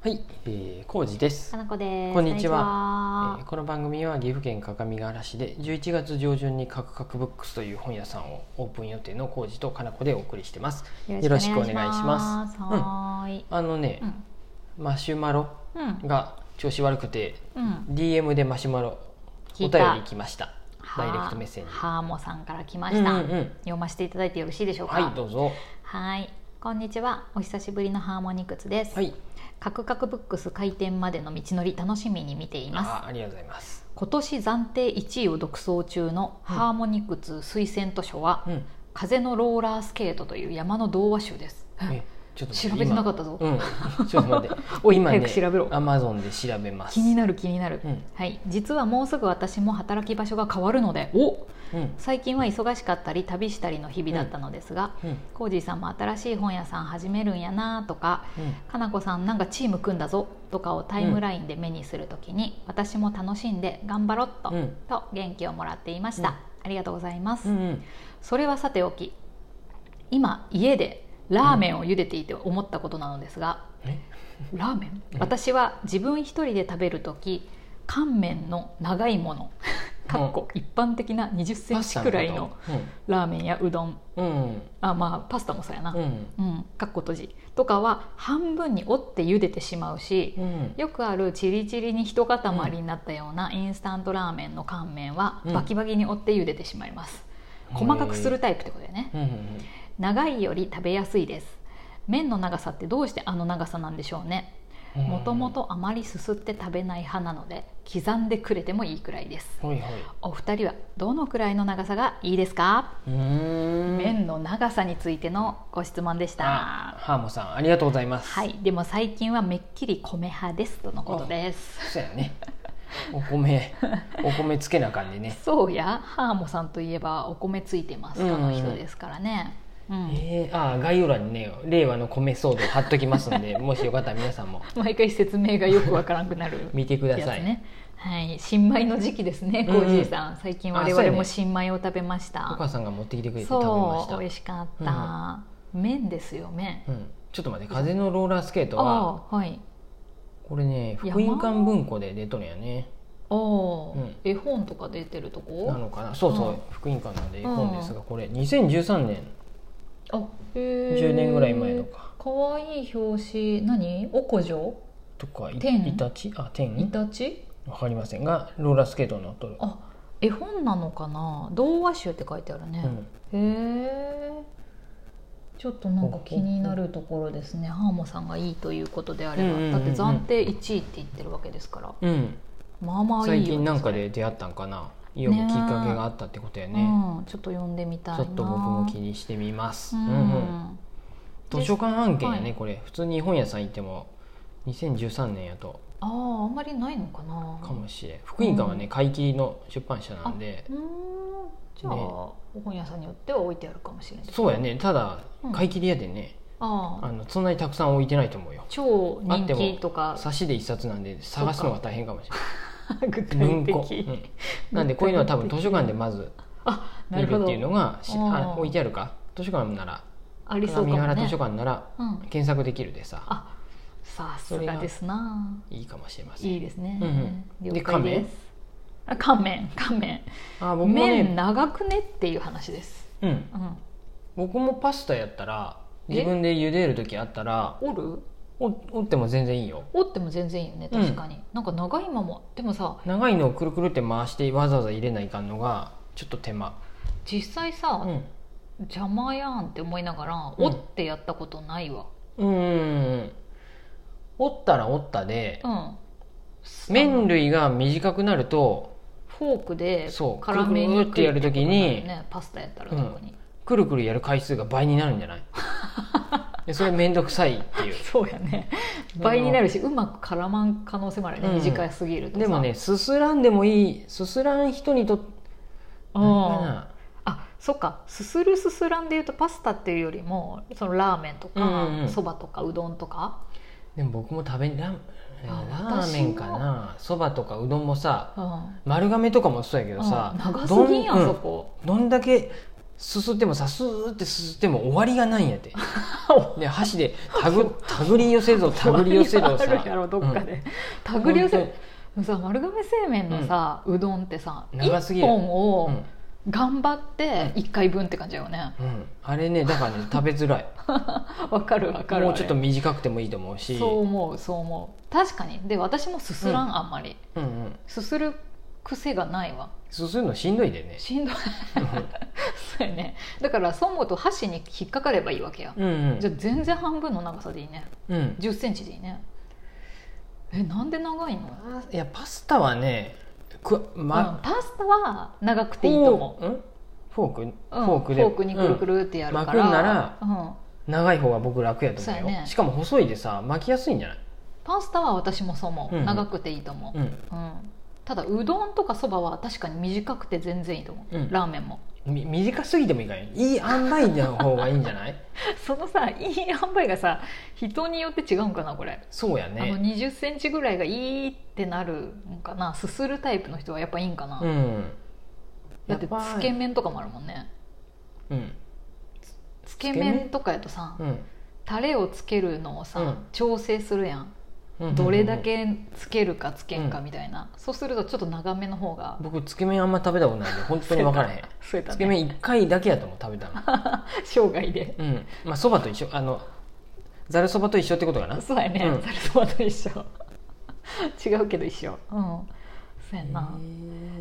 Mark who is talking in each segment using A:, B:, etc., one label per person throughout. A: はい、えー、康二です
B: か。なこです。
A: こんにちえ
B: は
A: ーこの番組は岐阜県各務原市で11月上旬にカクカクブックスという本屋さんをオープン予定の康二とかなこでお送りしてます。よろしくお願いします
B: はーい。
A: あのね、マシュマロ
B: うん。うん。
A: が調子悪くて
B: うん
A: DM でマシュマロお
B: 聞
A: 便
B: い
A: り
B: た
A: 来ました。
B: は
A: ダ
B: ー
A: イレクトメッセージ。
B: ハーモさんから来ました、
A: うんうんうん
B: 読ませていただいてよろしいでしょうか。
A: はい、どうぞ。
B: はーいこんにちは。お久しぶりのハーモニクツです。
A: はい、
B: カクカクブックス開店までの道のり楽しみに見ていま
A: あ
B: す。
A: ーありがとうございます。
B: 今年暫定1位を独走中のハーモニクツ推薦図書は、
A: うん、
B: 風のローラースケートという山の童話集です。
A: えちょっと待って
B: 調べてなかったぞ
A: 今うん、ちょっと待って。
B: おい
A: 今ね
B: 早く調べろ
A: Amazon で調べます。
B: 気になる気になる、
A: うん
B: はい実はもうすぐ私も働き場所が変わるのでお
A: うん、
B: 最近は忙しかったり旅したりの日々だったのですが、
A: うん、
B: コージーさんも新しい本屋さん始めるんやなとか
A: うん。
B: かなこさんなんかチーム組んだぞとかをタイムラインで目にするときに、私も楽しんで頑張ろっと、
A: うん
B: と元気をもらっていました、
A: うん
B: ありがとうございます、
A: うんうん、
B: それはさておき今家でラーメンを茹でていて思ったことなのですが、
A: え
B: ラーメン、
A: うん
B: 私は自分一人で食べる時乾麺の長いものかっこ一般的な2 0センチくらいの
A: パスタこと。
B: ラーメンやうどん
A: うん、
B: あまあパスタもそうやな、
A: う
B: うん
A: ん、
B: かっこ閉じとかは半分に折って茹でてしまうし
A: う、ん、
B: よくあるチリチリに一塊になったようなインスタントラーメンの乾麺は
A: うん
B: バキバキに折って茹でてしまいます、細かくするタイプってことだよね
A: うん、うん、
B: 長いより食べやすいです麺の長さってどうしてあの長さなんでしょうね
A: うん
B: もとも。とあまりすすって食べない派なので刻んでくれてもいいくらいです
A: はいはい。
B: お二人はどのくらいの長さがいいですか、
A: うーん。
B: 麺の長さについてのご質問でした
A: あ、ハーモさん、ありがとうございます。
B: は。いでも最近はめっきり米派ですとのことです
A: そうやね。お米、お米つけなあかんでね。
B: そうやハーモさんといえばお米ついてますかの人ですからねうん
A: えー、ああ概要欄にね令和の米騒動貼っときますんでもしよかったら皆さんも
B: 毎回説明がよくわからなくなる
A: 見てくだ
B: や
A: さ
B: つ
A: い、
B: ね。はい、新米の時期ですね、
A: う
B: コ
A: んうん
B: ージーさん、最近
A: あそう
B: 我
A: や
B: 々
A: ね
B: も新米を食べました。
A: お母さんが持ってきてくれて食べまし
B: そ
A: た
B: う、美味しかった。麺ですよ、麺。
A: うん、ちょっと待って風のローラースケートは
B: ああ、はい。
A: これね福音館文庫で出とるんやね
B: ああ
A: うん、
B: 絵本とか出てると
A: な
B: こ。
A: のかなそうそう、
B: うん
A: 福音館なんで絵本ですがこれ2013年
B: あ、へえ。
A: 10年ぐらい前のか。
B: 可愛い表紙、何、おこじょ
A: とかい
B: 天
A: イタチあ
B: う、イ
A: 天
B: タチ。
A: わかりませんがローラースケートに乗っとる、
B: あ、絵本なのかな、童話集って書いてあるね。
A: うん、
B: へえちょっとなんか気になるところですねハーモさんがいいということであれば、
A: うんうんうんうん
B: だって暫定1位って言ってるわけですから
A: うん、
B: まあまあいい
A: 最
B: よ
A: 近なんかで出会ったんかな読むきっかけがあったってことや
B: そ
A: ね
B: れうん、ちょっと読んでみたい
A: ちょ
B: な
A: っと僕も気にしてみます、
B: う
A: うん
B: ん、
A: うん図書館案件やね、
B: はい
A: これ普通に本屋さん行っても2013年やと
B: あああんまりないのかな
A: かもしれん福音館はね、
B: うん
A: 買い切りの出版社なんで
B: うーんじゃあ、
A: ね
B: 本屋さんによっては置いてあるかもしれない
A: そうやねただ
B: うん
A: 買い切りやでね、
B: あ
A: あ
B: あ
A: のそんなにたくさん置いてないと思うよ
B: 超
A: あっ
B: 人
A: ても
B: 気とか
A: 冊子で一冊なんで探すのが大変かもしれない
B: 具
A: 文
B: 体
A: 庫、
B: 的、
A: うんなんでこういうのは多分図書館でまず
B: あな
A: 見
B: るほ
A: る
B: ど
A: っていうのがしあ
B: あー
A: 置いてあるか図書館なら
B: ありそう
A: 鏡
B: かも
A: 原図
B: ね
A: 書館なら
B: うん
A: 検索できるでさ
B: あさすがですない
A: いかもしれません
B: いいですね、
A: うんうんで
B: 了解ですあ乾麺乾麺
A: あ僕も
B: 麺
A: ね、
B: 長くねっていう話です、
A: うん、
B: うん、
A: 僕もパスタやったら
B: え
A: 自分で茹でる時あったら
B: 折る
A: お折っても全然いいよ
B: 折っても全然いいよね
A: うん
B: 確かに、なんか長いままでもさ
A: 長いのをくるくるって回してわざわざ入れないかんのがちょっと手間
B: 実際さ、
A: うん
B: 邪魔やんって思いながら
A: うん
B: 折ってやったことないわ
A: うんうんうん折ったら折ったで
B: うん
A: 麺類が短くなると
B: フォークで
A: そう
B: 絡めに
A: くる
B: くい
A: くるってやるときに
B: ってことだよねパスタやったら特に、
A: くるくるやる回数が倍になるんじゃ ないでそれ面倒くさいっていう
B: そうやね倍になるしうまく絡まん可能性もあるね、
A: うん
B: 短すぎるとさ
A: でもねすすらんでもいいすすらん人にとって
B: うんあそっかすするすすらんでいうとパスタっていうよりもそのラーメンと
A: うんうん
B: かそば、とかうどんとか
A: でも僕も食べラー
B: あ
A: ラーメンかなそばとかうどんもさ
B: うん
A: 丸亀とかもそうやけどさ、
B: うん長
A: ど
B: すぎんやん
A: う
B: そこ
A: どんだけすすってもさすーってすすっても終わりがないん やてで箸でたぐ手繰り寄せぞ手繰り寄せ ぞ
B: あ
A: さ
B: るやろどっかで、手繰り寄せ
A: 本
B: でもさ丸亀製麺のさ、うどんってさ
A: 長すぎ
B: 一
A: る
B: 本
A: 当に
B: を頑張って一回分って感じだよね
A: うんうんあれねだからね食べづらい
B: わかるわかる
A: もうちょっと
B: あれ
A: 短くてもいいと思うし
B: そう思うそう思う確かにで私もすすらん、あんまり
A: うんうん
B: すする癖がないわ
A: すするのしんどいでね
B: しんどいそうやねだからそう思うと箸に引っかかればいいわけや、
A: うんうん
B: じゃあ全然半分の長さでいいね
A: うん
B: 1 0ンチでいいねえなんで長いの、
A: いやパスタはねく
B: うん
A: ま
B: パスタは長く
A: フ
B: ていいと
A: ォ
B: 思
A: ーんフォーク
B: う、うん
A: フォークで
B: フォークにくるくるってやるから、
A: 巻くんなら
B: うん、
A: うん長い方が僕楽やと思う
B: そうや
A: よ
B: ね
A: しかも細いでさ巻きやすいんじゃない
B: パスタは私もそう思う、
A: うんうん
B: 長くていいと思う、
A: うん
B: うんただうどんとかそばは確かに短くて全然いいと思う、
A: うん
B: ラーメンも
A: み短すぎてもいいからいい塩梅の方がいいんじゃない
B: そのさいい塩梅がさ人によって違うんかなこれ、
A: そうや
B: あの
A: ね
B: 2 0ンチぐらいがいいってなるんかなすするタイプの人はやっぱいいんかな、
A: うん
B: だって
A: やぱ
B: つけ麺とかもあるもんね
A: うん
B: つけ
A: つけ
B: 麺
A: 麺
B: とかやとさ、
A: うん
B: タレをつけるのをさ、
A: うん
B: 調整するやん
A: うん
B: どれだけつけるかつけんかみたいな、そうするとちょっと長めの方が
A: 僕つけ麺あんま食べたことないんで本当に分 からへん
B: そうやった
A: つ
B: ね
A: け麺1回だけやと思う食べた の
B: 生涯で
A: うんまあそばと一緒あのざるそばと一緒ってことかな
B: そうやね
A: うん
B: ざるそばと一緒違うけど一緒うんそうやな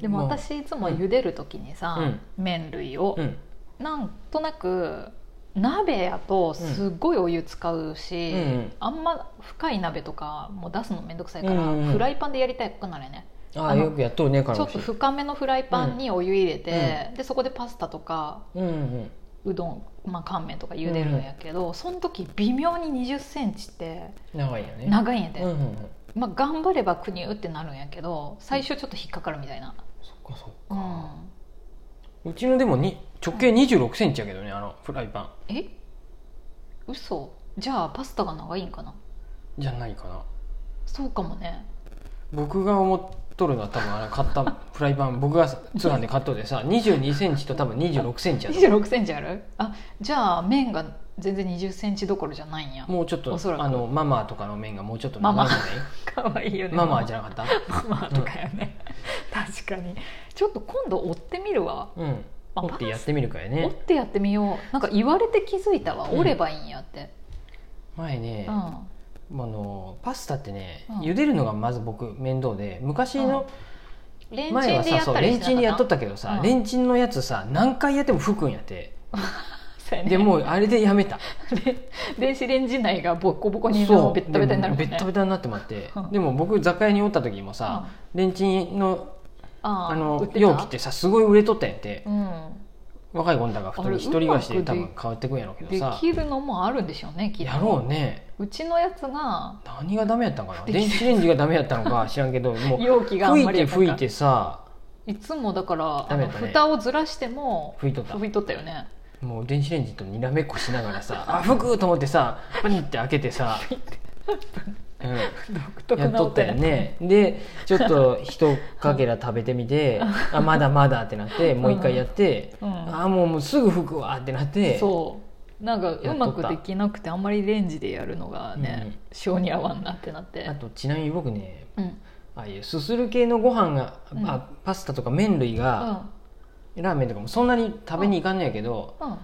B: でも
A: まあ
B: 私いつも茹でる時にさ、麺類を、
A: うん
B: なんとなく鍋やとすっごいお湯使うし、
A: うんうん
B: あんま深い鍋とかもう出すのめんどくさいから、
A: うんうん
B: フライパンでやりたくなるよね
A: あ
B: あ
A: あ
B: の
A: よくやっとるね彼
B: ちょ
A: 女
B: っと深めのフライパンにお湯入れて、でそこでパスタとか
A: うんうん
B: うどん、まあ、乾麺とか茹でるんやけど、その時微妙に2 0ンチって
A: 長いよね
B: 長いんやで、
A: うんうんうん
B: まあ、頑張ればくにゅうってなるんやけど最初ちょっと引っかかるみたいな、
A: そっかそっか
B: うん、
A: うちのでもに直径2 6ンチやけどねあのフライパン
B: え嘘じゃあパスタが長いんかな
A: じゃないかな
B: そうかもね
A: 僕が思っとるのは多分あれ買 ったフライパン僕が通販で買っとるでさ2 2ンチと多分2 6ンチやと
B: 2 6ンチあるあじゃあ麺が全然2 0ンチどころじゃないんや
A: もうちょっと
B: おそらく
A: あのママとかの麺がもうちょっと
B: ママ
A: 長いじゃない
B: かわいいよね
A: ママじゃなかっ
B: ママとかよね、確かにちょっと今度追ってみるわ
A: たうん
B: まあ
A: 折ってやってみるかや
B: 折
A: ね
B: ってやってみようなんか言われて気づいたわ
A: うん
B: 折ればいいんやって
A: 前ね、
B: うん、
A: あのパスタってね、
B: うん
A: 茹でるのがまず僕面倒で昔の、
B: レンチ
A: 前
B: ン
A: は
B: でや
A: さ
B: っ
A: そう
B: た
A: レ
B: り
A: ンチンでやっとったたけどさ、
B: うん
A: レンチンのやつさ何回やっても吹くんやってで
B: でも
A: もうあれでやめた
B: 電子レンジ内がボコボコに
A: そう
B: ベッタベタになるもん
A: でもベッ
B: ね
A: タベタになってまって、
B: うん
A: でも僕雑貨屋におった時もさ、レンチンの
B: あ
A: あ
B: 売
A: の
B: てた
A: 容器ってさすごい売れとったんやって、
B: うん
A: 若い子んだが普通
B: あれ
A: に一人暮らしで
B: う
A: 多
B: まくで
A: 分変わってくんやろうけど
B: で
A: さ
B: きるのもあるんでしょうねきっと
A: やろうね
B: うちのやつが
A: 何がダメやったんかな
B: でき
A: 電子レンジがダメやったのか知らんけどもう
B: 容器があん
A: 吹い
B: まり
A: て
B: やっぱり
A: 吹いてさ
B: いつもだからあ
A: ダメ
B: の
A: だね
B: 蓋をずらしても
A: 吹いとった
B: 拭いとったよね
A: もう電子レンジとにらめっこしながらさあ吹くと思ってさパニって開けて さ、う
B: 独
A: ん、やっとったよねでちょっと一かけら食べてみ てあまだまだってなってもう一回やって、
B: うん
A: あもうもうすぐ吹くわってなって
B: そうなんか
A: や
B: う
A: っと
B: ま
A: った
B: くできなくてあんまりレンジでやるのが
A: うんうん
B: ね性に合わんなってなって
A: あとちなみに僕ね
B: うん
A: ああいうすする系のご飯が、
B: うん
A: あパスタとか麺類
B: う
A: が、
B: ん
A: ラーメンとかもそんなに食べに行かんのやけど、
B: うん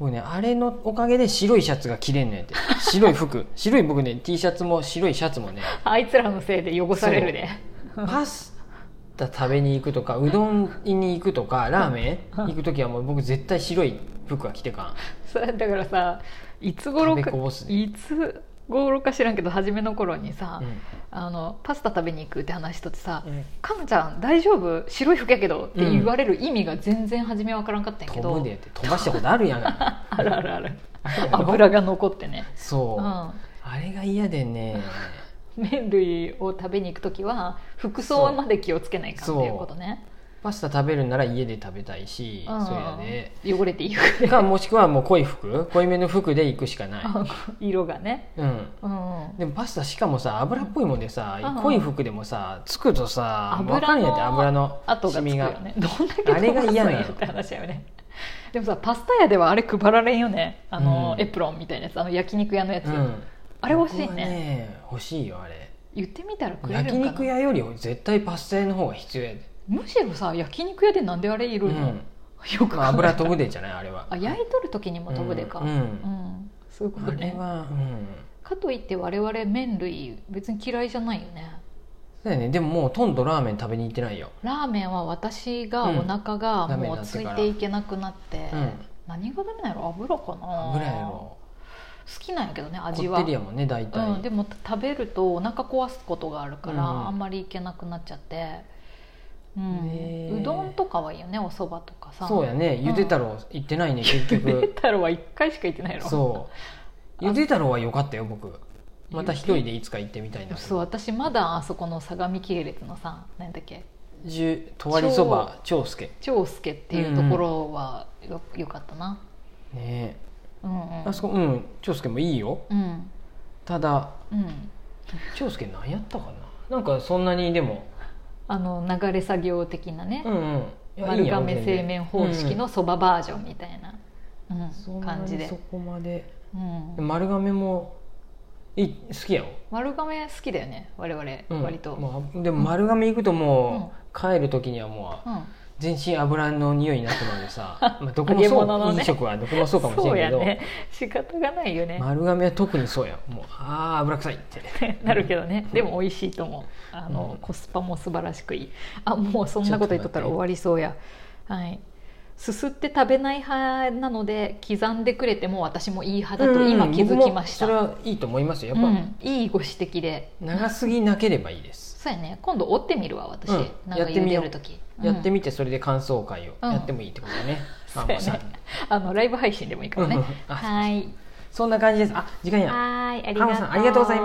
A: 僕ねあれのおかげで白いシャツが着れんのやって白い服白い僕ね T シャツも白いシャツもね
B: あいつらのせいで汚されるで
A: パスタ食べに行くとかうどんに行くとかラーメン行く時はもう僕絶対白い服は着てか
B: それだからさいつ頃
A: 食
B: か
A: べこぼすね
B: いつ頃か知らんけど初めの頃にさ、
A: ん、うん
B: あのパスタ食べに行くって話しとってさ
A: うん
B: 「かのちゃん大丈夫白い服やけど」って言われる意味が全然初めわからんかったんやけど、
A: 飛ぶでやって飛ばしたことある やん
B: ある あるある
A: るやろ
B: 油が残ってね、
A: そう、
B: うん、
A: あれが嫌でね
B: 麺類を食べに行く時は服装まで気をつけないかって
A: そう
B: いうことね
A: パスタ食べるなら家で食べたいし、
B: うん
A: そうやで、
B: 汚れていく
A: かもしくはもう濃い服濃いめの服で行くしかない、
B: 色がね、
A: うん、
B: うん、
A: でもパスタしかもさ油っぽいもんでさ、
B: うん
A: 濃い服でもさつくとさ
B: 油
A: わ
B: の
A: かんやって油の
B: 跡がつ
A: 染
B: く
A: み
B: よ
A: が
B: ねどんだけ
A: あれが嫌なの
B: 飛ばすんやって話だよねでもさパスタ屋ではあれ配られんよねあの、
A: うん
B: エプロンみたいなやつあの焼肉屋のや
A: う
B: つ、
A: ん、
B: あれ欲しいね
A: 僕はね欲しいよあれ
B: 言ってみたら食えるん
A: 焼
B: かな
A: 肉屋より絶対パスタ屋の方が必要やで、
B: むしろさ焼肉屋でなんであれいる
A: う
B: の、
A: ん
B: よく
A: まあ、油飛ぶ
B: で
A: でじゃないあれは
B: あ焼いとる時にも飛ぶでか
A: うん、
B: うんそういうこ
A: あ
B: と
A: れ
B: ね
A: はうん
B: かといって我々麺類別に嫌いじゃないよね
A: そうやねでももうほとんどラーメン食べに行ってないよ、
B: ラーメンは私がお腹が
A: うんダメに
B: もう
A: なって
B: つ
A: から
B: いていけなくなって、
A: うん、
B: 何がダメなの油かな
A: 油やろ
B: 好きなんやけどね
A: こ
B: 味は
A: ってりやもんね大体、
B: うん、でも食べるとお腹壊すことがあるから、
A: うん
B: あんまりいけなくなっちゃって、うん
A: ねえ
B: うどんとかはいいよねお蕎麦とかさ
A: そうやね
B: うん
A: ゆで太郎行ってないね結
B: ゆで
A: 局
B: 太郎は1回しか行ってないの
A: そうゆで太郎は良かったよ僕また一人でいつか行ってみたいな
B: そう私まだあそこの相模系列のさ何だっけ
A: じゅとわりそば長介
B: 長介っていうところはよ,、かったな
A: ね
B: うんうん
A: えあそこうん長介もいいよ
B: うん
A: ただ
B: うん
A: 長介何やったかななんかそんなにでも
B: あの流れ作業的なね、
A: うんうんいやいい
B: 丸
A: やん
B: 亀
A: 全然
B: 製麺方式のそばバージョンみたいな、う
A: う
B: ん
A: ん
B: 感じで
A: そんなにそこまで
B: うん
A: で丸亀もいい好きやろ
B: 丸亀好きだよね我々、
A: うん
B: 割と、
A: まあ、でも丸亀行くともう、帰る時にはもう
B: うん、
A: 全身油の匂いになってまで さまあどこも
B: 揚げ
A: そう、
B: 物のね
A: 飲食はどこもそうかもしれんけど、
B: そうやね 仕方がないよね、
A: 丸亀は特にそうやもうああ油臭いって
B: なるけどねでも美味しいと思うあの、
A: うん
B: コスパも素晴らしくいいあもうそんなこと言っとったら終わりそうやはいすすって食べない派なので刻んでくれても私もいい派だと今気づきました、
A: う
B: うんん
A: 僕もそれはいいと思いますよやっぱ、
B: いいご指摘で
A: 長すぎなければいいです、
B: そうやね今度折ってみるわ私、
A: うん
B: なん
A: や
B: か
A: って
B: 茹
A: み
B: で
A: よう
B: る時
A: やって
B: み
A: みてそれで感想会を
B: うん
A: やってもいいってことだ ね、
B: そ
A: ま
B: う
A: あも
B: や
A: うさ
B: ねあのライブ配信でもいいかもね
A: うんあ
B: はい
A: そんな感じですあ時間や
B: はいあり
A: ハ
B: が
A: モ
B: と
A: さ
B: う
A: んありがとうございます